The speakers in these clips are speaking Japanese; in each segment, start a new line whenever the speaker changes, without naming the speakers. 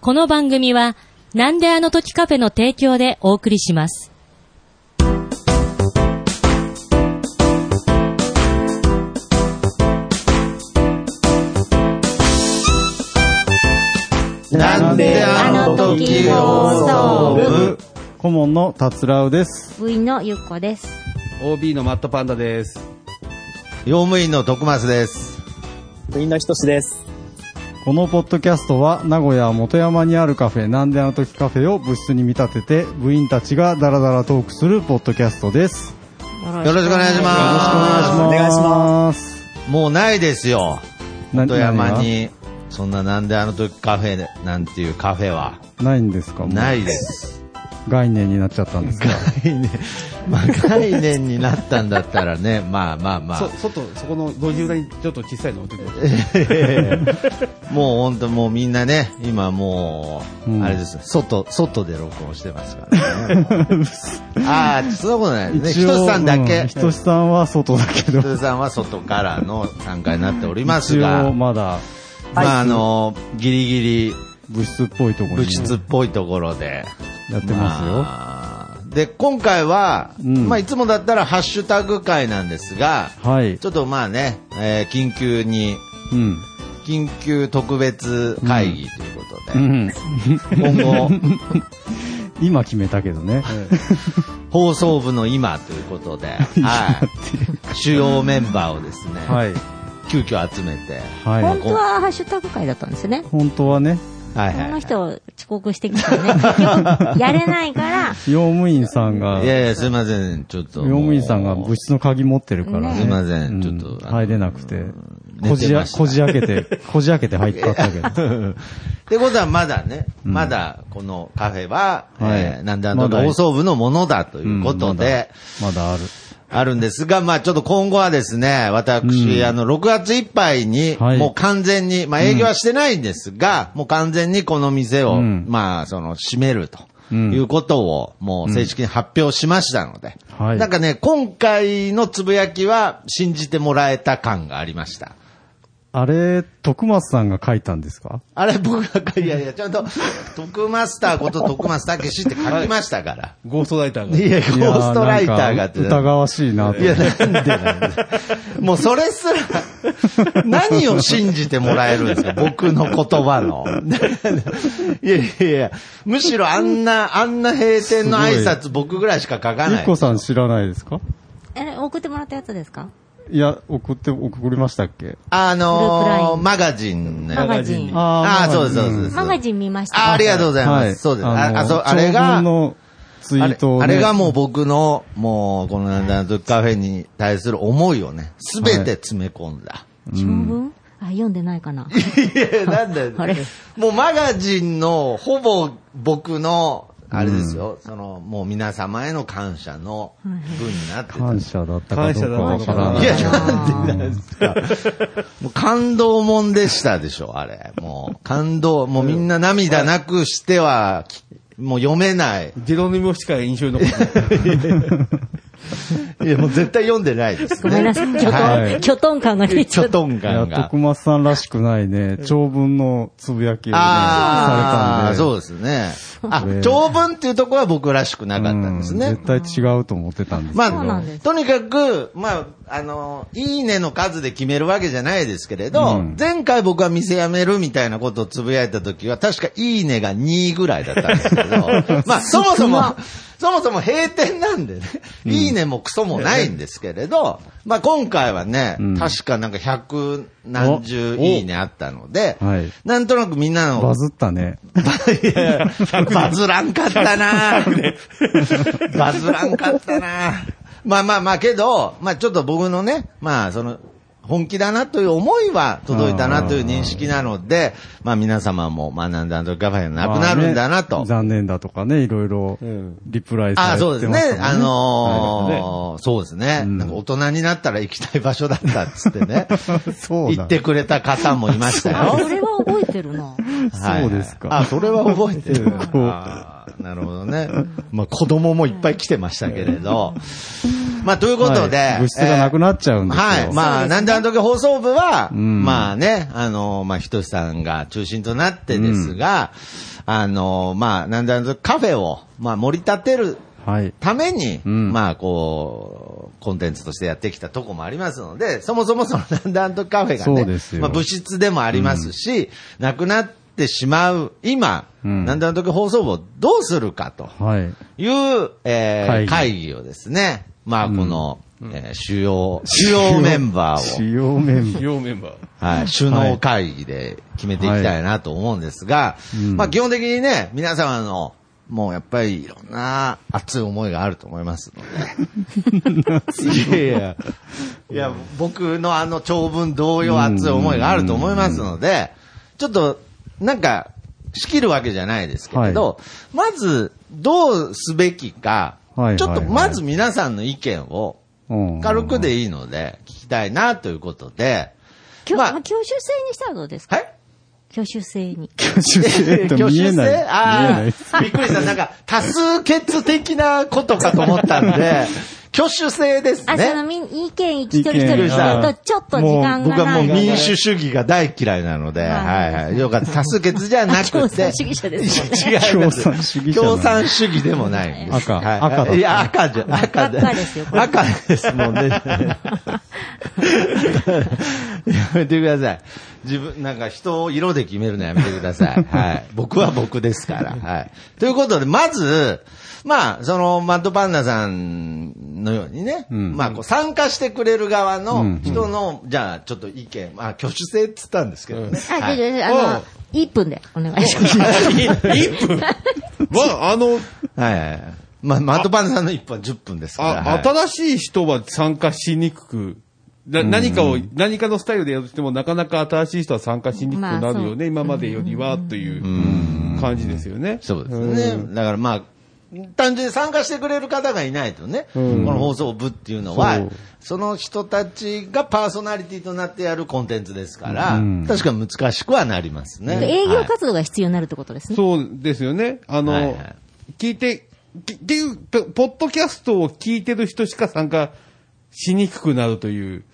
この番組は、なんであの時カフェの提供でお送りします。
なんであの時放送部
顧問の達郎です。
部員のゆっこです。
OB のマットパンダです。
用務員の徳松です。
部員のひとしです。
このポッドキャストは名古屋元山にあるカフェなんであの時カフェを部室に見立てて部員たちがダラダラトークするポッドキャストです。
よろしくお願いし
お
ま
お願いし
ます。
す。もうないですよ。
な
富山に、そんななんであの時カフェで、なんていうカフェは。
ないんですかもう
ないです。
概念になっちゃったんですか
概念、まあ概念になったんだったら ね、まあまあま
そ、外、そこの路地裏にちょっと小さいの置いてくれ
あ、もう本当もうみんなね、今も
う
う、
ん
あれです、外、外で録音してますから ね。ああ、そんなことないですね。ひとしさんだ
う
け。
ひとしさんは外だけど
ひ。としさんは外からの参加になっております
一
が。
応まだ
まあ、あの、ギリギリ、
部室っぽいところに
物質っぽいところで。
やってますよ。
まあで、今回は、
うん
まあ、いつもだったらハッシュタグ会なんですが、
はい。
ちょっとまあね、えー緊急に、
うん。
緊急特別会議ということで、
うん。
今後、
今決めたけどね。
放送部の今ということ で、はい。主要メンバーをですね、
はい。
急遽集めて、
はい。
本当はハッシュタグ会だったんですよね。
本当はね、
はい
こ
はい、は
の
い。
人遅刻してきた ね。結局やれないから、
用務員さんが
い、やいや、すいません、ちょっと
用
もう。
務員さんが部室の鍵持ってるからね。
すいません
う
ちょっとあの
入れなくて。
寝て
こじあ、
ました
こじ開け て、こじ開けて入ったったけど。
ってことはまだね、まだこのカフェは、
はい
えーなんであの
まだ
放送部のものだと
う
い
ん
うことで、、
まだまだある。
あるんですが、まあちょっと今後はですね、私、
うん
あの、6月いっぱいに、
はい
もう完全に、まあ営業はしてないんですが、もう完全にこの店を、
うん
まあその、閉めると。
うん
いうことを、もう正式に発表しましたので。
はい
なんかね、今回のつぶやきは、信じてもらえた感がありました。
あれ、徳松さんが書いたんですか
あれ、僕が、いやいや、ちゃんと、徳マスターこと徳マスターけしって書きましたから。
ゴーストライターが。
い や、ゴ
いや
ーストライターが
な
っ
ん
て。
か疑わしいなと
い。や、なんでなんで。もうそれすら、何を信じてもらえるんですか僕の言葉の。いやいやいや、むしろあんな、あんな閉店の挨拶僕ぐらいしか書か
ゆ
な
っ
い
こ。さん知らないですか
え、送ってもらったやつですか
いや、送って、送りましたっけ
あ
グループラ
の
イ
ー、
ン
マガジンね。
マガジン。
ああ、そうです、そうです。
マガジン見ました。
あありがとうございます。
はい
そうです。あ、
の
あそう、あれが、
長文のツイートをね
あれあれがもう僕の、もう、このなんだとカフェに対する思いをね、すべて詰め込んだ。
長文あ、読んでないかな。
い、や、 なんだよ
あれ
もうマガジンの、ほぼ僕の、あれですよ、その、もう皆様への感謝の文になってた。
感謝だったかどうかわからない。
い
い
や、
や
なんでなんですか。 もう感動もんでしたでしょ、あれ。もう、感動、もうみんな涙なくしては、きもう読めない。
ジェロニモしか印象に残ってない。
いや、もう絶対読んでないです ね。
ごめんなさい。キ
は
ョトン、キョトン感が出ち
ち
ゃ
ょ
っ。
ったとん感が。
徳松さんらしくないね、長文のつぶやきをね、
ああ、
されたんで。
そうですね。あ
これ、
長文っていうところは僕らしくなかったんです
う
ね
ん。絶対違うと思ってたんです
ま
け
そう
ど。
な
あ
んで、す
とにかく、まあ、あの、いいねの数で決めるわけじゃないですけれど、
うん
前回僕は店辞めるみたいなことをつぶやいた時は、確かいいねが2ぐらいだったんですけ ど、まあ、そもそも、そもそも閉店なんでね、いいねもクソもないんですけれど、まあ今回はね、
うん
確かなんか百何十いいねあったので、
はい
なんとなくみんなの
バズったね。
バズらんかったなバズらんかったなまあまあまあけど、まあちょっと僕のね、まあその、本気だなという思いは届いたなという認識なので、まあ皆様も学んだとカフェがなくなるんだな
まあ
と
ね。残念だとかね、いろいろ
うん、
リプライ
あ
さ
あ、
れ
そうで
て
す
ま
ね
したもん。ね。
あのーそうですね。
うん
なんか大人になったら行きたい場所だったっつってね。
そう
言
だ
ってくれた方もいました
あ、
よ。
それは覚えてるな。
はいはい
そうですか
あ、それは覚えて る
こう。
あーなるほどね。まあ、子供もいっぱい来てましたけれ ど。まあ、ということで。
はい部室がなくなっちゃうんですよ
えーはい。まあ、なんであの時放送部は、
うん
まあね、あの、まあ、ひとしさんが中心となってですが、あの、まあ、なんだなんだカフェを、まあ、盛り立てる
はい。
ために、
うん
まあ、こう、コンテンツとしてやってきたとこもありますので、そもそもそのランダントカフェが
そう
ね
です、よ
まあ、物質でもありますし、なくなってしまう今、
うん
ランダント放送部をどうするかと
はい。
いう、えー
会
会議
議
をですね、まあ、この、えー主要、 主要メンバーを、
主要メンバー。
両メンバー。
はい、首脳会議で決めていきたいなと思うんですが、
うん
まあ、基本的にね、皆様の、もうやっぱりいろんな熱い思いがあると思いますので、いやいや。 いや、僕のあの長文同様熱い思いがあると思いますので、ちょっと、なんか、仕切るわけじゃないですけれど、まず、どうすべきか、
はい
ちょっと
はいはい
まず皆さんの意見を、
う ん
軽く。でいいので、聞きたいなということで、
きょ
まあ
まあ、教習制にしたらどうですか
はい
教習制に。
挙手制って見えない。見え
あ
ない。
あ、びっくりした。なんか、多数決的なことかと思ったん で、挙手制です
あ、その
ね。
み、意見一人一人聞くと、ちょっと時間
僕
が
は
な
もう
いので。
民主主義が大嫌いなので、は
はいい
はい。よかった。多数決じゃなくて。
共産主義者ですもんね
違います
共産主義者
共産主義でもないんです。
赤
はい
赤だ
いや、赤じゃ、赤で。
赤ですよこれ
赤ですもんね。やめてください。自分、なんか人を色で決めるのやめてください。はい。僕は僕ですから。はい。ということで、まず、まあ、その、マッドパンダさんのようにね、
ん
まあ、こう参加してくれる側の人の、じゃあ、ちょっと意見、まあ、挙手制って言ったんですけどね。
あ、
はい
大丈夫です。あの、1分でお願いします。
1分まあ、あの、
はいはいはい。まあ、マットパンダさんの1本10分ですから。
あ、
はい
新しい人は参加しにくく、な何かを、何かのスタイルでやるとしても、なかなか新しい人は参加しにくくなる
ま
よね、
あそう
今までよりは、という感じですよね。
そうですね。だからまあ、単純に参加してくれる方がいないとね、この放送部っていうのは
そう、
その人たちがパーソナリティとなってやるコンテンツですから、確か難しくはなりますね。
営業
はい
活動が必要になるってことですね。
そうですよね。あの、
はいはい
聞いて、き結局ポポッドキャストを聞いてる人しか参加しにくくなるという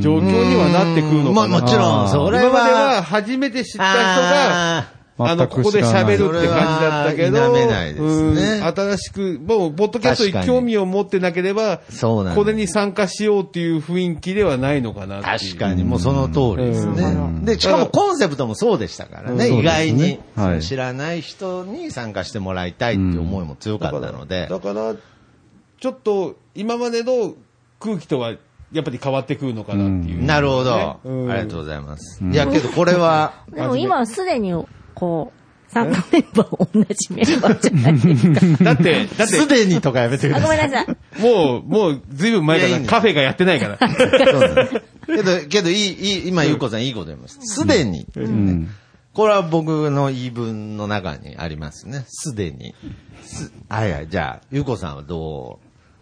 状況にはなってくるのかな。
まあもちろん、
今
そ
ま
れ
では
は、
初めて知った人が、
あ
あの、
全く
ここで
知らない
喋るって感じだったけ
そ
ど、
れは否めないですね
うん新しく、もう、ポッドキャストに
確かに
興味を持ってなければ、
そうなんです
これに参加しようっていう雰囲気ではないのかなってい
確
う
かに、もうその通りですね。で、しかもコンセプトもそうでしたからね、意外に、
はい
知らない人に参加してもらいたいっていう思いも強かったので、
だから、ちょっと、今までの空気とは、やっぱり変わってくるのかなっていう。
なるほど、
うん
ありがとうございます。いや、けどこれは、
でも今はすでに、こう、参加メンバー同じメンバーじゃないですか。
だって、だって、
すでにとかやめてくだ
あ、ご
さ
め
い。
んなさい。
もう、もう、ずいぶん前
いやい
か
い
ら
の
カフェがやって ないから。
そうそうけど、けどいい、いい、今、ゆうこさんいいこと言いました。すでに。
うん。
これは僕の言い分の中にありますね。すでに。すはいはい。じゃあ、ゆうこさんはど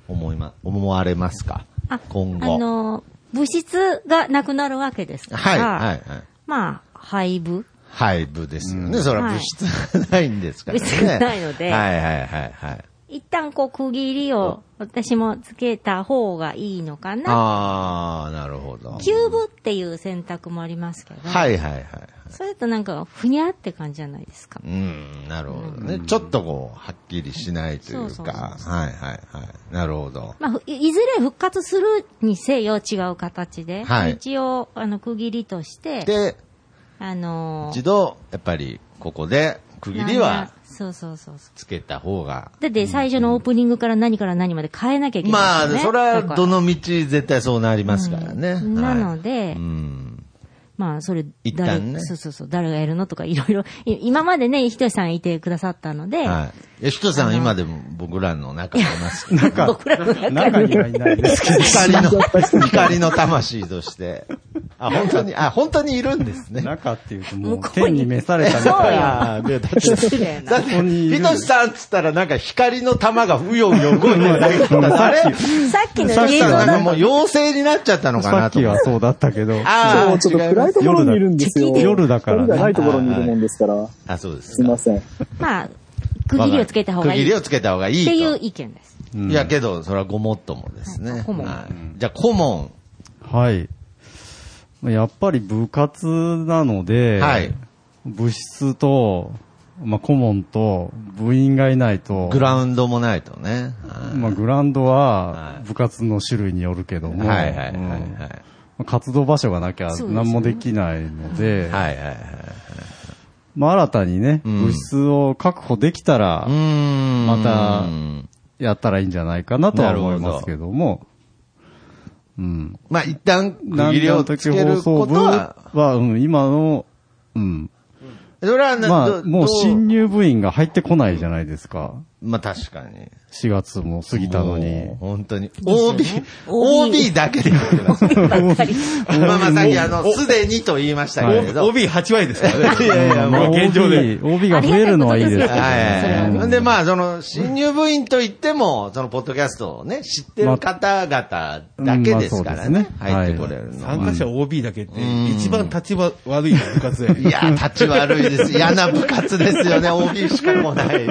う思いま、思われますか
あ
今後。
あの、物質がなくなるわけですから、
はい、はい、はい。
まあ、廃部。
廃部ですよね。それは物質がないんですからね。
物質がないので
はいはいはいはい。
一旦こう区切りを私もつけた方がいいのかな。
ああ、なるほど。
キューブっていう選択もありますけど、
はいはいはい。
それだとなんかふにゃって感じじゃないですか
う。ん、なるほどね。ちょっとこう、はっきりしないという
そうそう
か
そ。
はいはいはい。なるほど。
まあ、いいずれ復活するにせよ違う形で、
はい
一応あの区切りとして、
で、
あの
一度、やっぱり、ここで、区切りは、
そうそうそうそ
つけた方が。
う。だって最初のオープニングから何から何まで変えなきゃいけ
ま
ない
あ、
ですよ
そ
ね。
れは、ど
の
の道絶対そうなりますからね。
な
はい
ので、
うん。
まあ、それ、
一
誰、
旦ね
そうそうそう、誰がやるのとかいろいろ、い今までね、ひとしさんいてくださったので、
はい。え、ひとさん、今でも僕らの中にいますけど
僕らの中に
中にはいないですけど。
光の、 光の魂として。あ、本当に、あ、本当にいるんですね。
中っていうともう
向こうに
天に召されたみたいな。
あーでだって
失礼な
だって、
こにいる
ひとしさんっつったらなんか光の玉がうようよ動いてるだけだった。あれひ
さっきの
とし
映像
さんなんか
だ
もう妖精になっちゃったのか
さ
な
っ
と
き
思っ
は
て。
そうだったけど。
あ
そう、ちょっと暗いところにいるんですよ。
夜だからね
光がないところにいるもんですから。
あ、そうですか。
すいません。
まあ、区切りをつけた方がい
区
い。
切り
っ
をつけた方がいいと。
ていう意見です。
いや、けど、それはごもっともですね。
はい顧問
はいじゃあ、顧問。
はい。やっぱり部活なので、
はい。
部室と、まあ、顧問と部員がいないと、
グラウンドもないとね。はい
まあ、グラウンド
は
はい部活の種類によるけども、
はいはいはい
うん
はい
まあ活動場所がなきゃ
そうですね
何もできないので、
はいはいはい。
まあ、新たにね、
うん
部室を確保できたら
うー、ん。
またやったらいいんじゃないかなとは思いますけども、うん。
まあ一旦区切りをつけ
南
る
端放
こ
送
と
部
は、
は、うん、今の、うん。
それはな、
まあ
ど、
もう
ど
新入部員が入ってこないじゃないですか。
まあ確かに。
4月も過ぎたのに
もう。本当に。
よ
OB
ね、
OB だけで言ってくだ さい。
ばっかり。
まあまあさっきあの、すでにと言いましたけれど。
OB8 割ですからね。
いやいや、
ま
も
あ
う。
現状で
OB, OB が増えるのはいいですけど
ありがたいことですよ
ね。
はい
うん
で、まあ、その、新入部員といっても、その、ポッドキャストをね、知ってる方々だけですからね、
まあまあ
入
そうですね
ってこれるのは。
参加者 OB だけって、一番立ちは悪い部活だよ
い
ね。
や、立ち悪いです。嫌な部活ですよね。OB しか来ない。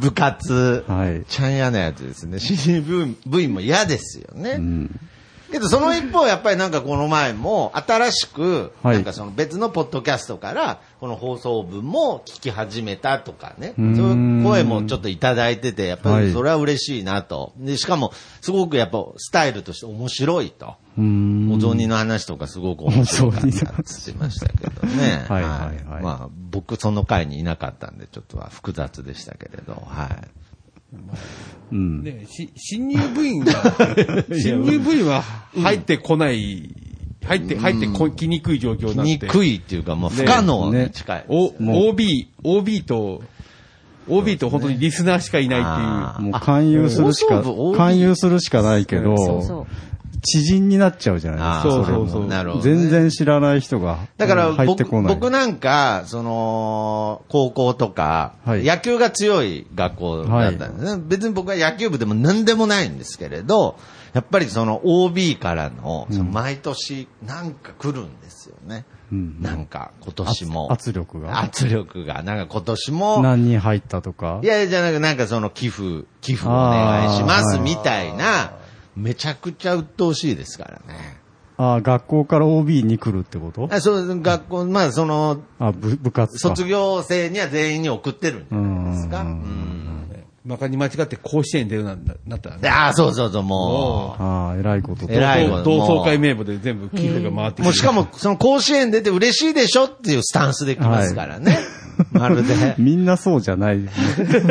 部活。
はい
ちゃん嫌なやつですね。新入部員も嫌ですよね。
うん
けど、その一方、やっぱりなんかこの前も、新しく、
はい
なんかその別のポッドキャストから、この放送分も聞き始めたとかね、
う
そ
ー
うんいう声もちょっといただいてて、やっぱ
はい
りそれは嬉しいなと。で、しかも、すごくやっぱスタイルとして面白いと。
うん。
お雑煮の話とかすごく面白かったって言ってました
。
けどね
はいはいはい
まあ、僕その回にいなかったんで、ちょっとは複雑でしたけれど、はい。
うん。
ねし新入 部員が、新入部員は入ってこない、入って、入ってこ、来にくい状況になって。
にくいっていうか、もう不可能に近いですね。
お、OB、OB と、OB と本当にリスナーしかいないって
あ
もう勧誘するし
放
か
送部、OB
勧誘するしかないけど、
そうそ
知人になっちゃうじゃない
あ
で
ー
すか。
そうそうそう
れもなるほどね
全然知らない人が
だから
うん入って
僕
こない。
僕なんか、その、高校とか、
はい
野球が強い学校だったんですね、別に僕は野球部でも何でもないんですけれど、やっぱりその OB からの、その毎年なんか来るんですよね。
うん
なんか今年も。
圧圧力が
圧力が。なんか今年も、
何人入ったとか
い。やいやじゃなくなんかその寄付、寄付お願いします
あー
みたいな、めちゃくちゃ鬱陶しいですからね。
ああ、学校から OB に来るってこと
あそう、学校、まあその、
あ、部部活か。
卒業生には全員に送ってるんじゃないですか。
う
うんん。
いう、まかに間違って甲子園出るなんだなったらね。
ああ、そうそうそう、も
ああ、偉いことと。。
え偉い
同同窓会名簿で全部寄付が回って
う。
き
もう
て
しかも、その甲子園出て嬉しいでしょっていうスタンスで来ますからね。 まるで
みんなそうじゃない。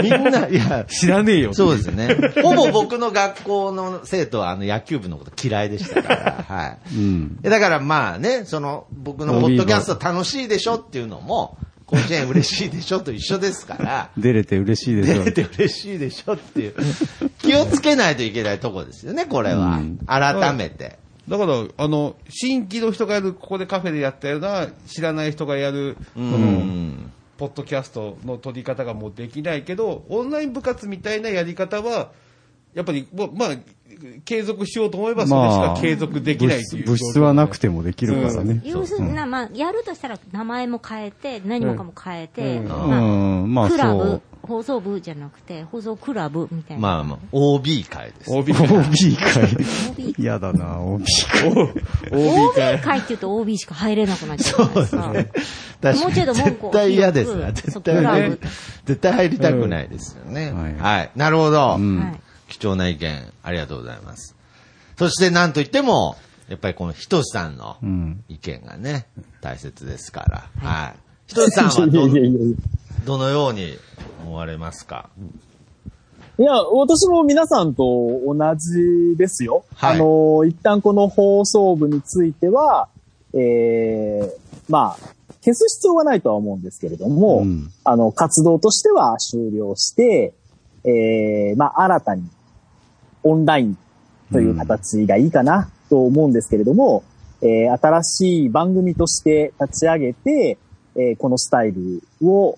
みんな、いや、
知らねえよ。
そうですね。ほぼ僕の学校の生徒はあの野球部のこと嫌いでしたから、はい。
うん。
えだからまあね、その僕のポッドキャスト楽しいでしょっていうのも、甲子園嬉しいでしょと一緒ですから、
出れて嬉しいですよ
出。て嬉しいでしょっていう、気をつけないといけないとこですよね、これは
うん。
改めて。
だから、あの、新規の人がやる、ここでカフェでやったような、知らない人がやる、
う
その
ん。
ポッドキャストの取り方がもうできないけど、オンライン部活みたいなやり方は、やっぱり、ままあ、継続しようと思えば、それしか継続できないという、
物質はなくてもできるからね。
要するにな、まあ、やるとしたら名前も変えて、何もかも変えて、ま
うん、ま
あ、
あ
クラブ
そ、
放送部じゃなくて、放送クラブみたいな。
まあまあ、OB 会です。
OB
う。
会。
OB 会。
OB
嫌だな、OB
お
OB
OB 会。
会って言うと OB しか入れなくなっちゃうじゃないですか。
確
も
か
う
に
ちょっと文句を
絶対嫌ですね。絶対
そう
ね。絶対入りたくないですよね。
うんはい
はい。なるほど。
ん
はい
貴重な意見、ありがとうございます。そして何と言っても、やっぱりこのひとしさんの
うん
意見がね、大切ですから。はい。ひとしさんはど
いやいやいやいや
どのように思われますか
いや、私も皆さんと同じですよ。
はい
あの、一旦この放送部については、ええまあ、消す必要はないとは思うんですけれども、
うん
あの、活動としては終了して、ええまあ、新たにオンラインという形がいいかなと思うんですけれども、えー新しい番組として立ち上げて、えーこのスタイルを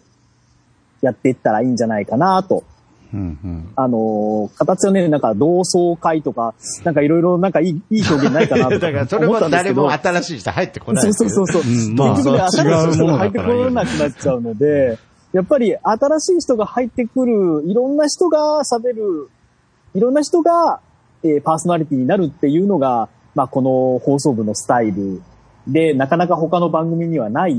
やっていったらいいんじゃないかなと
うんうん。
あのー形をね、なんか同窓会とか、なんかいろいろなんかいい、いい表現ないかな と
だ
か
からそれ
思
も
ったんです
誰
けど。
も新しい人入ってこない
そう
です
そ
けど
うそうそ
う
う。
んまあ
結局ね、
そう
新しい人が入っ
違
て
うもの
こ
だ
なくなっちゃうので、やっぱり新しい人が入ってくる、いろんな人が喋る、いろんな人が、えーパーソナリティになるっていうのが、まあこの放送部のスタイルで、なかなか他の番組にはない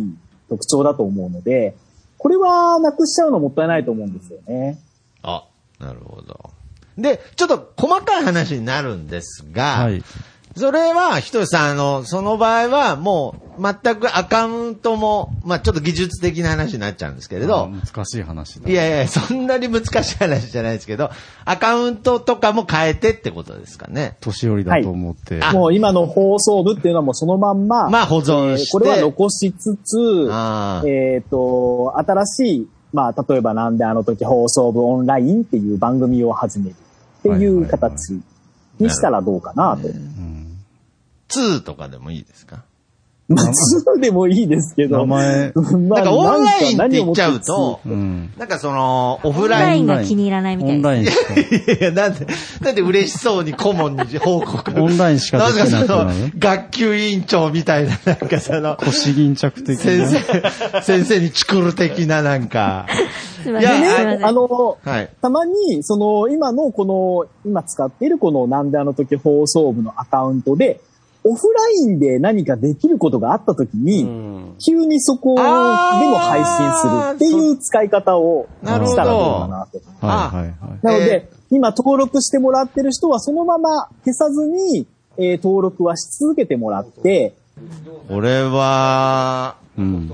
特徴だと思うので、これはなくしちゃうのもったいないと思うんですよね。
あ、なるほど。で、ちょっと細かい話になるんですが、
はい
それは、ひとしさん、あの、その場合は、もう、全くアカウントも、まあちょっと技術的な話になっちゃうんですけれど、
あ難しい話だ。
いやいや、そんなに難しい話じゃないですけど、アカウントとかも変えてってことですかね。
年寄りだと思って。
はいあ
もう今の放送部っていうのはもうそのまんま、
まあ保存して
これは残しつつ、
あー
えっ、と、新しい、まあ、例えばなんであの時放送部オンラインっていう番組を始めるっていう形にしたらどうかなと。
うん
2とかでもいいですか
まあ、そうでもいいですけど。
名前
ま
な
あ
んかオンラインって言っちゃうと、
うん。
なんかその、オ
オ
フ
ン
ラ
ラ
イン。
インが気に入らないみた
オ
い
ン
で
ラインし
いやいや、なんで、なんで嬉しそうに顧問に報告。
オンラインしかできない
んかその
なの、
学級委員長みたいな、なんかその
か、、腰巾着的
先
な。
生、先生にチクる的ななんか。
す。すいま
いや
せん、すいませ
ね
ん。、
あの、
はい。
たまに、その、今のこの、今使っているこのなんであの時放送部のアカウントで、オフラインで何かできることがあった時に、急にそこでも配信するっていう使い方を
な
るほど
したらどうかなと。
はいはいはい。
なの
え、
で今登録してもらってる人はそのまま消さずに、えー登録はし続けてもらって、
これは、
うん。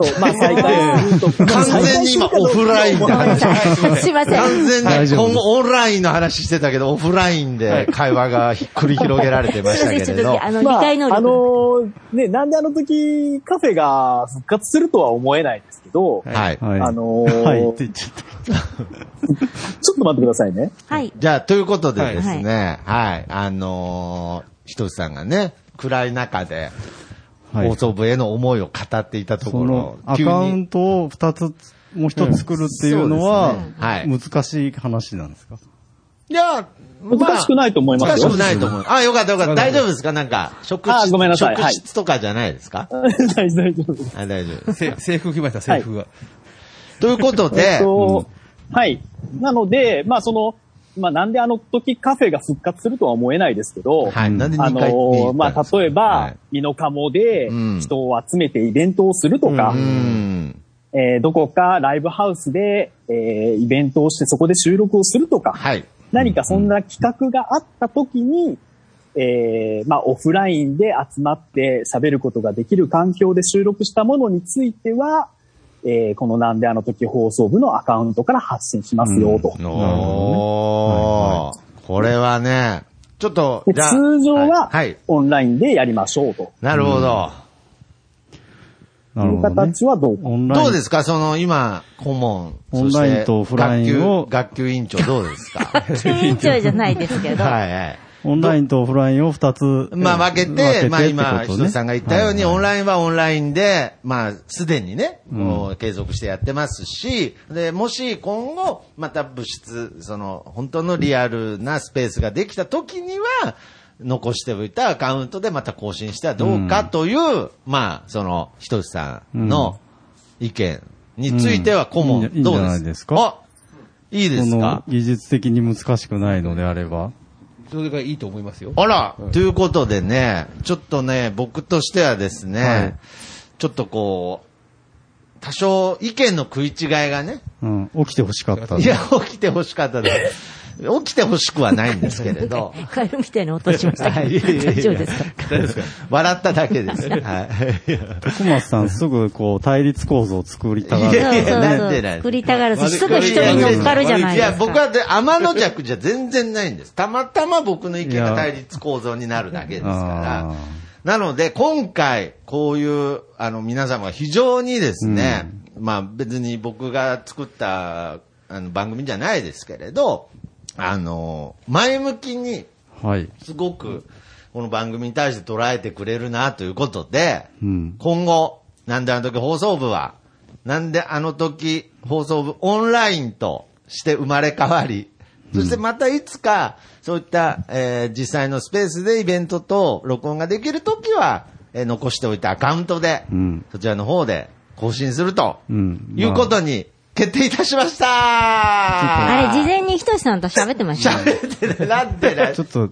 そう、まあ再開するとか。
完全に今オフラインだ
再開するかどうかは
すいません。
完全
大
に
丈夫
今後オンラインの話してたけど、オフラインで会話がひっくり広げられてまし
すいませ
た
ん、
け
ちょっ
れ
と
ど
ね、あの、
ま
理
あ、
解能力。
あのーね、なんであの時カフェが復活するとは思えないですけど、
はい。
はい。
あのー
はいって言っちゃっ
ちょっと待ってくださいね。
はい。
じゃあ、ということでですね、はい、あのー、ひとしさんがね、暗い中で、
た。はい
放。送部への思いを語っていたとこ
その
ろ、
アカウントを二つ、もう一つ作るっていうの
う
は
んそうですねはい、
難しい話なんですか
いや、
難しく
い
ないと思いま
難
す
し
よ。
くないと思う。あ、よかったよかった。大丈夫ですかなんか、職
あ
質。
ごめんなさい
職質とかじゃないですか、
大丈夫大丈夫です。
あ大丈夫です。
せ制服来ました、制服が。
ということ
えっ
で、
と、はい。なので、まあその、まあなんであの時カフェが復活するとは思えないですけど、
はい、なんで
あ
2
の
回って言った
ー
んですか
まあ例えば、
はい
ミノカモで
うん
人を集めてイベントをするとか、
うん。
えーどこかライブハウスで、えーイベントをしてそこで収録をするとか、
はい。
何かそんな企画があった時に、えーまあオフラインで集まって喋ることができる環境で収録したものについては、えーこのなんであの時放送部のアカウントから発信しますよと。
おーこれはね、ちょっと、
で
じゃあ
通常はい
はい。
オンラインでやりましょうと
なるほど。
ないる
う
ほどね。
形はどうか。
オンライン。
どうですかその、今、顧問。
オンラインとオフラインを
そして学級学級委員長どうですかは
学級委員長じゃないですけ
い
ど、
はい。
オンラインとオフラインを二つ。
まあ分けて、まあ今、ひとしさんが言ったように、オン
イ
ラインはオンラインで、まあすでにね、
うん
もう継続してやってますし、で、もし今後、また物質、その、本当のリアルなスペースができた時には、残しておいたアカウントでまた更新してはどうかという、まあ、その、ひとしさんの意見については、顧問、
うんいいんじ
ど
ゃ
うです
ないですか
あいいで
そ
す
の
か、
技術的に難しくないのであれば。
それがいいと思いますよ。
あら、ということでね、ちょっとね、僕としてはですね、
はい
ちょっとこう、多少意見の食い違いがね、
うん。起きて欲しかった。
いや、起きてほしかった です。起きてほしくはないんですけれ ど。
カエルみたいな音しました
は
け
いい
ど、
やいや
大
い
丈
や
夫ですか
大丈夫ですか笑っただけ です。はい。い
徳松さんすぐこう対立構造を作りたが
やい
る。
や
そう
いや、
そう
なんでなんで
作りたがるし、すぐ
悪い
人に乗っかるじゃないですか。
いや、僕はで天の弱じゃ全然ないんです。たまたま僕の意見が対立構造になるだけです
あ
から。なので、今回、こういう、あの、皆様が非常にですね、まあ別に僕が作った、あの、番組じゃないですけれど、あの、前向きに、
はい。
すごく、この番組に対して捉えてくれるな、ということで、
うん。
今後、なんであの時放送部は、なんであの時放送部オンラインとして生まれ変わり、そしてまたいつか、そういった、えー実際のスペースでイベントと録音ができるときは、えー残しておいたアカウントで、
うん
そちらの方で更新すると、
うん
いうことに決定いたしました
あれ、事前にひとしさんと喋ってましたね。
喋ってないなんてない
ちょっと、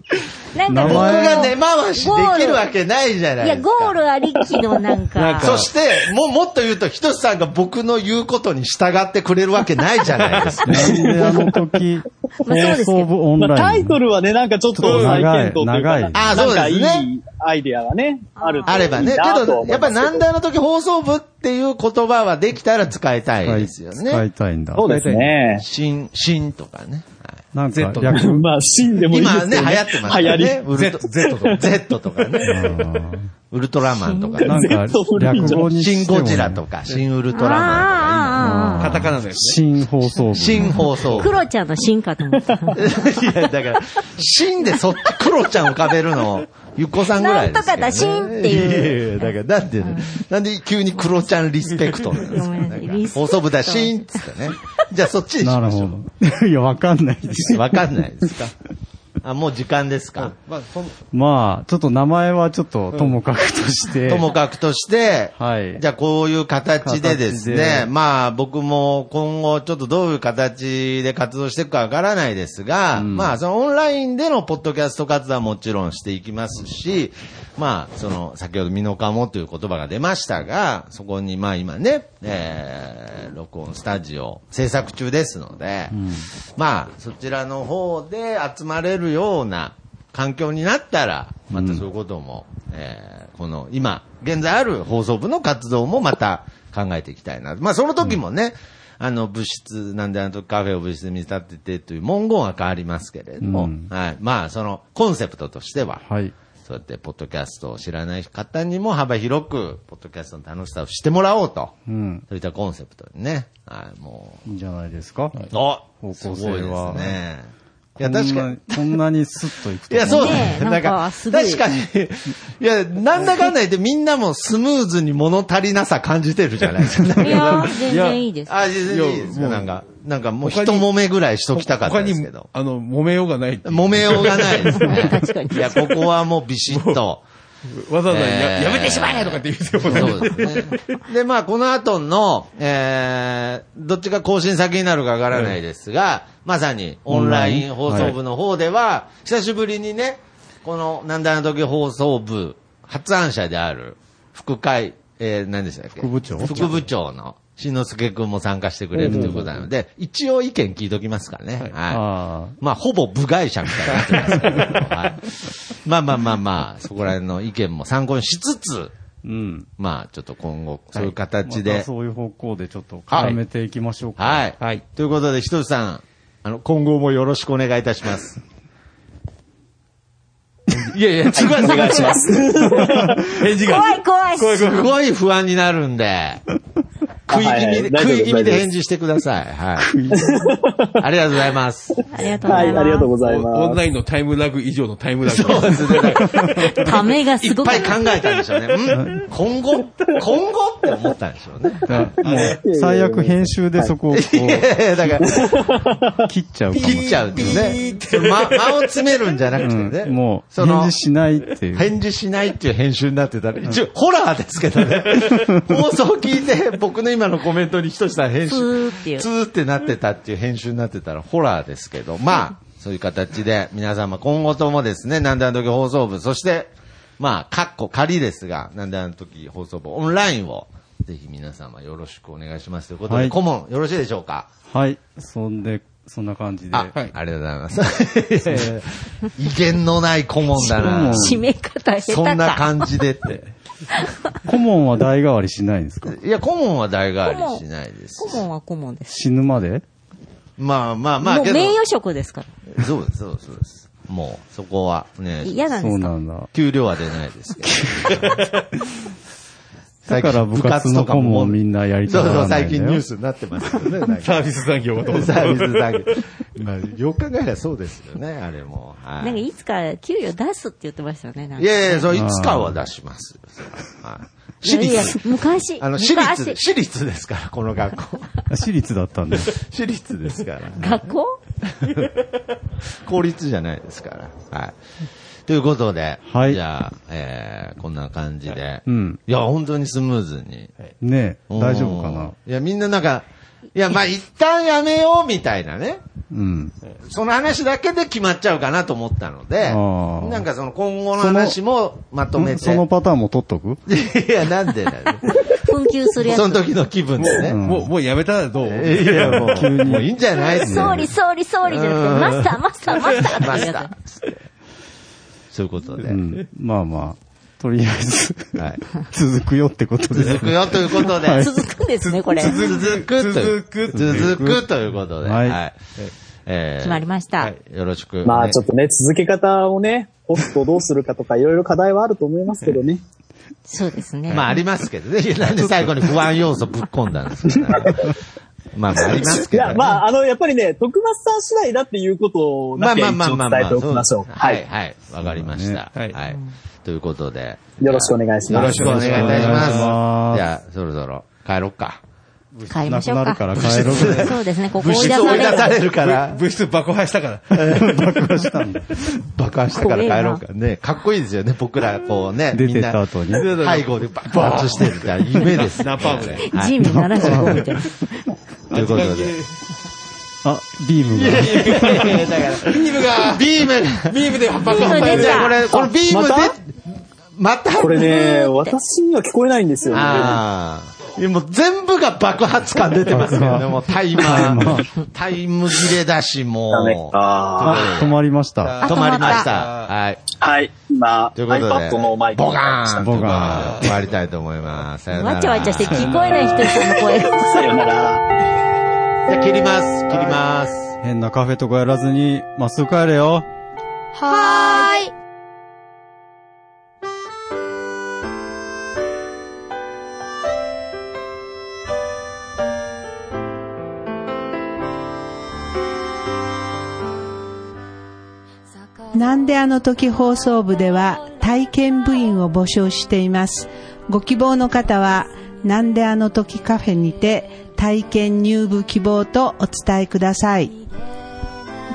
なん
名
か
前
こ
僕
う
が根回しできるわけないじゃないいで
や、
す
ゴ
か。
ールありきのなん
なん
か。
か
そして、も、もっと言うと、ひとしさんが僕の言うことに従ってくれるわけないじゃないです か。
なんであの時、
まあそうです
放
けど
送部オン
ま
ラ
あ、
イン。
タイトルはね、なんかちょっと再検討というか、
長い長い
あそうですね
なんかいいアイデアがね、あると
あればね。
いい
け
なとは
ど、
思い
やっ
ま
ぱ
す
なんだの時放送部っていう言葉はできたら使いたい
使い
ですよ
使い
ね。
たいんだ。
そうですね。
新、新とかね。はい
なんか、
Z
略、
まあ、シーンでもいいです
今
よ
ね、流行ってますから
流
ね。
行
ウルト Z とか。Z とかね。ウルトラマンとかね
な。んか、略語に
新
しても
ゴジラとか、新ウルトラマ
あーあ
ンとか
ーあー
カタカナだよね。
新放送部。
今、新放送
ク
部。
ロちゃんの進化と思った。
いや、だから、新でそっち、クロちゃん浮かべるの、ゆっこさんぐらいですけどね。。
なんとかだ新っていう
いやいやいや、だから、なんでね、なんで急にクロちゃんリスペクトなんです か
ごめんなさいリスペクト
放送部だ、新っつってね。じゃあそっちにし
な
ま
る
しょ
ほ
う。
ど。い や、わかんないです。
わかんないですか。あ、もう時間ですか。
まあ、その
まあ、ちょっと名前はちょっとともかくとして。
ともかくとして、
はい
じゃあこういう形でですね
形で、
まあ僕も今後ちょっとどういう形で活動していくかわからないですが、
うん
まあそのオンラインでのポッドキャスト活動はもちろんしていきますし、まあその先ほどミノカモという言葉が出ましたが、そこにまあ今ね、えー、録音スタジオ制作中ですので、まあそちらの方で集まれるような環境になったら、またそういうことも、えーこの今、現在ある放送部の活動もまた考えていきたいな。まあその時もね、あの、物質、なんであの時カフェを物質に見立ててという文言は変わりますけれども、
うん
はい。まあそのコンセプトとしては、
はい。
そうやってポッドキャストを知らない方にも幅広く、ポッドキャストの楽しさを知ってもらおうと、
うん。
そういったコンセプトにね、はい、も
いいんじゃないですか。
う、お
方向
す
性
ご
はい
ですね。いや、確かに。
に。こんなにスッといく
い
とは
や、そうだ
ね
ね。
え
なん
なん
か
かす、ごい
確かに。いや、なんだかんだ言ってみんなもスムーズに物足りなさ感じてるじゃないですか。
いやー、全然 いいです。
あ、全然いいですよ。なんか、なんかもう一揉めぐらいしときたかった
他
で
に
すけど、。
あの、揉めようがない。
揉めようがないです ね。
確かに
いや、ここはもうビシッと。
わざわざ
えー
ややめてしまえとかって言っても
そうですね。で、まあ、この後の、えー、どっちが更新先になるかわからないですが、まさにオンライン放送部の方では、久しぶりにね、この、なんだの時放送部、発案者である、副会、えー、何でしたっけ
副部長
副部長の、しのすけくんも参加してくれるということなので、一応意見聞いときますからね。はい。
あ
まあ、ほぼ部外者みたいになってますけど、 はい。まあまあまあまあ、そこら辺の意見も参考にしつつ、
ーうん。
まあ、ちょっと今後、そういう
ま
形
た
で。
そういう方向でちょっと絡めていきましょうか。
はい。
はい
ということで、ひとつさん、あの、今後もよろしくお願いいたします。いやいや、違う、
お願いします。
返事が。
怖い怖い。
すごい不安になるんで、食い気
はいは
味
い
で、
大丈夫
食い気味で
大丈夫
返事してください。はい。ありがとうございます。
ありがとうご
は
ざい
い、
ます。
ありがとうござい
オン
ます。
ラインのタイムラグ以上のタイムラグ。
そうですね。
ためが
い
す
っ
ごく
ぱい考えたんでしょうね。うん今後今後って思ったんでしょうね。
だからもう、最悪編集でそこをこ
いやいや、 だから、
う切っちゃうかもしれない。
切っちゃうんですね。ま、間を詰めるんじゃなくてね。
うんもう、
その
返事しないっていう。
返事しないっていう編集になってたら、一応、ホラーですけどね。 放送聞いて、僕の今のコメントにひとしさん編集、
ツーっていう
ツーってなってたっていう編集になってたら、ホラーですけど、まあ、そういう形で、皆様今後ともですね、なんであの時放送部、そして、まあ、かっこ仮ですが、なんであの時放送部オンラインを、ぜひ皆様よろしくお願いしますということで、
はい
顧問、よろしいでしょうか
はい。そんで、そんな感じで。
あ、ありがとうございます。い やいや威厳のない顧問だな。
締め方下手か。
そんな感じでって。
顧問は代替わりしないんですか
いや、顧問は代替わりしないです。
顧問は顧問です。
死ぬまで
まあまあまあ、
もう
けど
名。誉職ですから。
そうです、そうです、そうです。もう、そこはね、
嫌なんで
そう
すか
なんだ。
給料は出ないですけど。
だから部活の顧問みんなやり
そ
た
う
が
そ
ら
う、
ないん
最
だよ
近ニュースになってますけど ね。なんか
サービス残業はどうぞ
サービスだけ。まあ、よく考えりゃそうですよね、あれも。はい
なんかいつか給与出すって言ってましたよね。なん
い
か
やいや、そう、いつかは出します。はい私
いやい
立。
や昔、
あの、私立、
昔
私立ですから、この学校。
私立だったんで。
私立ですから。
学校
公立じゃないですから。はい。ということで、
はい
じゃあ、えー、こんな感じで。
うん
いや、本当にスムーズに。
ねえ、
うん
大丈夫かな。
いや、みんななんか、いや、まあ、一旦やめようみたいなね。
うん。
その話だけで決まっちゃうかなと思ったので
あ、ー
なんかその今後の話もまとめ
そ
て。
のパターンも取っとく
いや、なんでだよ。
紛糾するやつ。
その時の気分でね。
もう、もうやめたらどう
いや、もう、もういいんじゃないです
総理、総理、総理じゃなくて、マスター、マスター、マスター
マ
って
ス
や
ター。そういうことで。
うん。まあまあ、とりあえず、
はい。
続くよってことです
続。くよということで。
つ。続くんですね、これ。
続くという。
続く
続くということで。
はい
はい。えー
決まりました。
はい
よろしく。
まあちょっとね、続け方をね、ホストどうするかとかいろいろ課題はあると思いますけどね。
そうですね。
まあありますけどね。いやなんで最後に不安要素ぶっ込んだんですかね。まあまああります
い
けどね。
や、まああの、やっぱりね、徳松さん次第だっていうことを、
ま
な
あ
き
ま
ゃ
あ
一
まあ
応
まあ
伝
まあ。
えておきましょう。
は、
はいい。
はい。わかりました。
そうだねはい
はい。ということで。
よろしくお願いし
よ
ま
ろ
す
し。くお願いいたします。
お願いします
じゃあ、そろそろ帰ろっか。
買いましょう
な
か。
くなるから帰ろう
そうですね、ここ追い出
物質
さ
追い
れ
出
る。
されるから、
物質爆破したから。
爆破したから帰ろうか。ね、かっこいいですよね。僕ら、こうね。
出てった後に
みんな背後で爆発してるみたいな夢です。
ナパームで
はい
ジミ75みたいな。
ということ で。
あ、ビームが。
ビームが、ビームが、ビームで爆
発ビーム出た
これ、これビームで、また
これね、私には聞こえないんですよね。
ああ。いやもう全部が爆発感出てます よね。もうタイマー、タイム切れだし、も
ダメ
う。
か。
あ、止まりました。
止まりました。はい。
はい。今、
ということで。
iPad のマイク
ボカーン
ボカーン
ボカーン終わりたいと思います。さよなら。
わちゃわちゃして聞こえない人々の声。
さよなら。
じゃあ切ります。切ります。
変なカフェとかやらずに、まっすぐ帰れよ。
はーい。
なんであの時放送部では体験部員を募集しています。ご希望の方は、なんであの時カフェにて体験入部希望とお伝えください。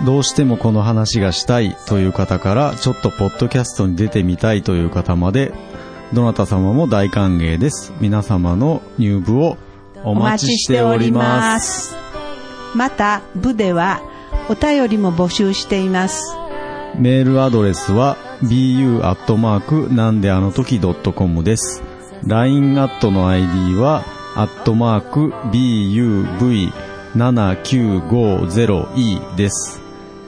どうしてもこの話がしたいという方から、ちょっとポッドキャストに出てみたいという方まで、どなた様も大歓迎です。皆様の入部をお待ちしております。
す。また、部ではお便りも募集しています。
メールアドレスは bu アットマークなんであの時 .com です。LINE アットの ID はアットマーク buv7950e です。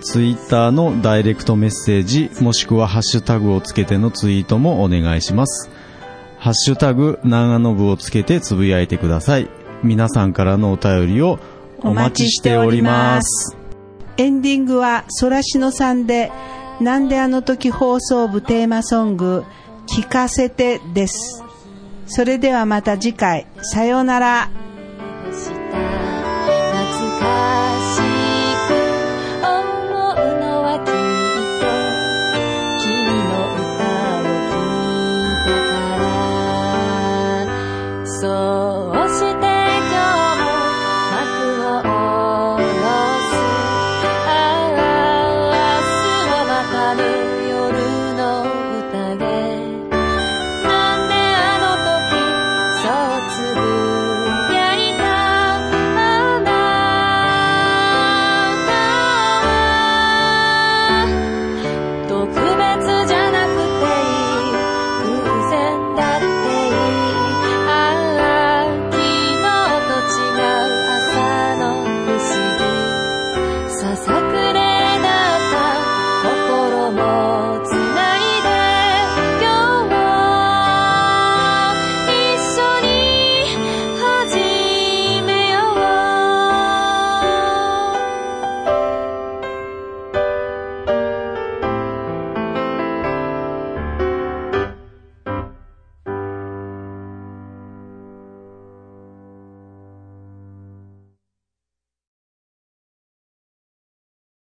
ツイッターのダイレクトメッセージもしくはハッシュタグをつけてのツイートもお願いします。ハッシュタグ長野部をつけてつぶやいてください。皆さんからのお便りをお待ちしております。
エンディングはソラシノさんで、なんであの時放送部テーマソング、聞かせてです。それではまた次回、さようなら。
した懐かしく思うのはきっと君の歌を聴いたからそうして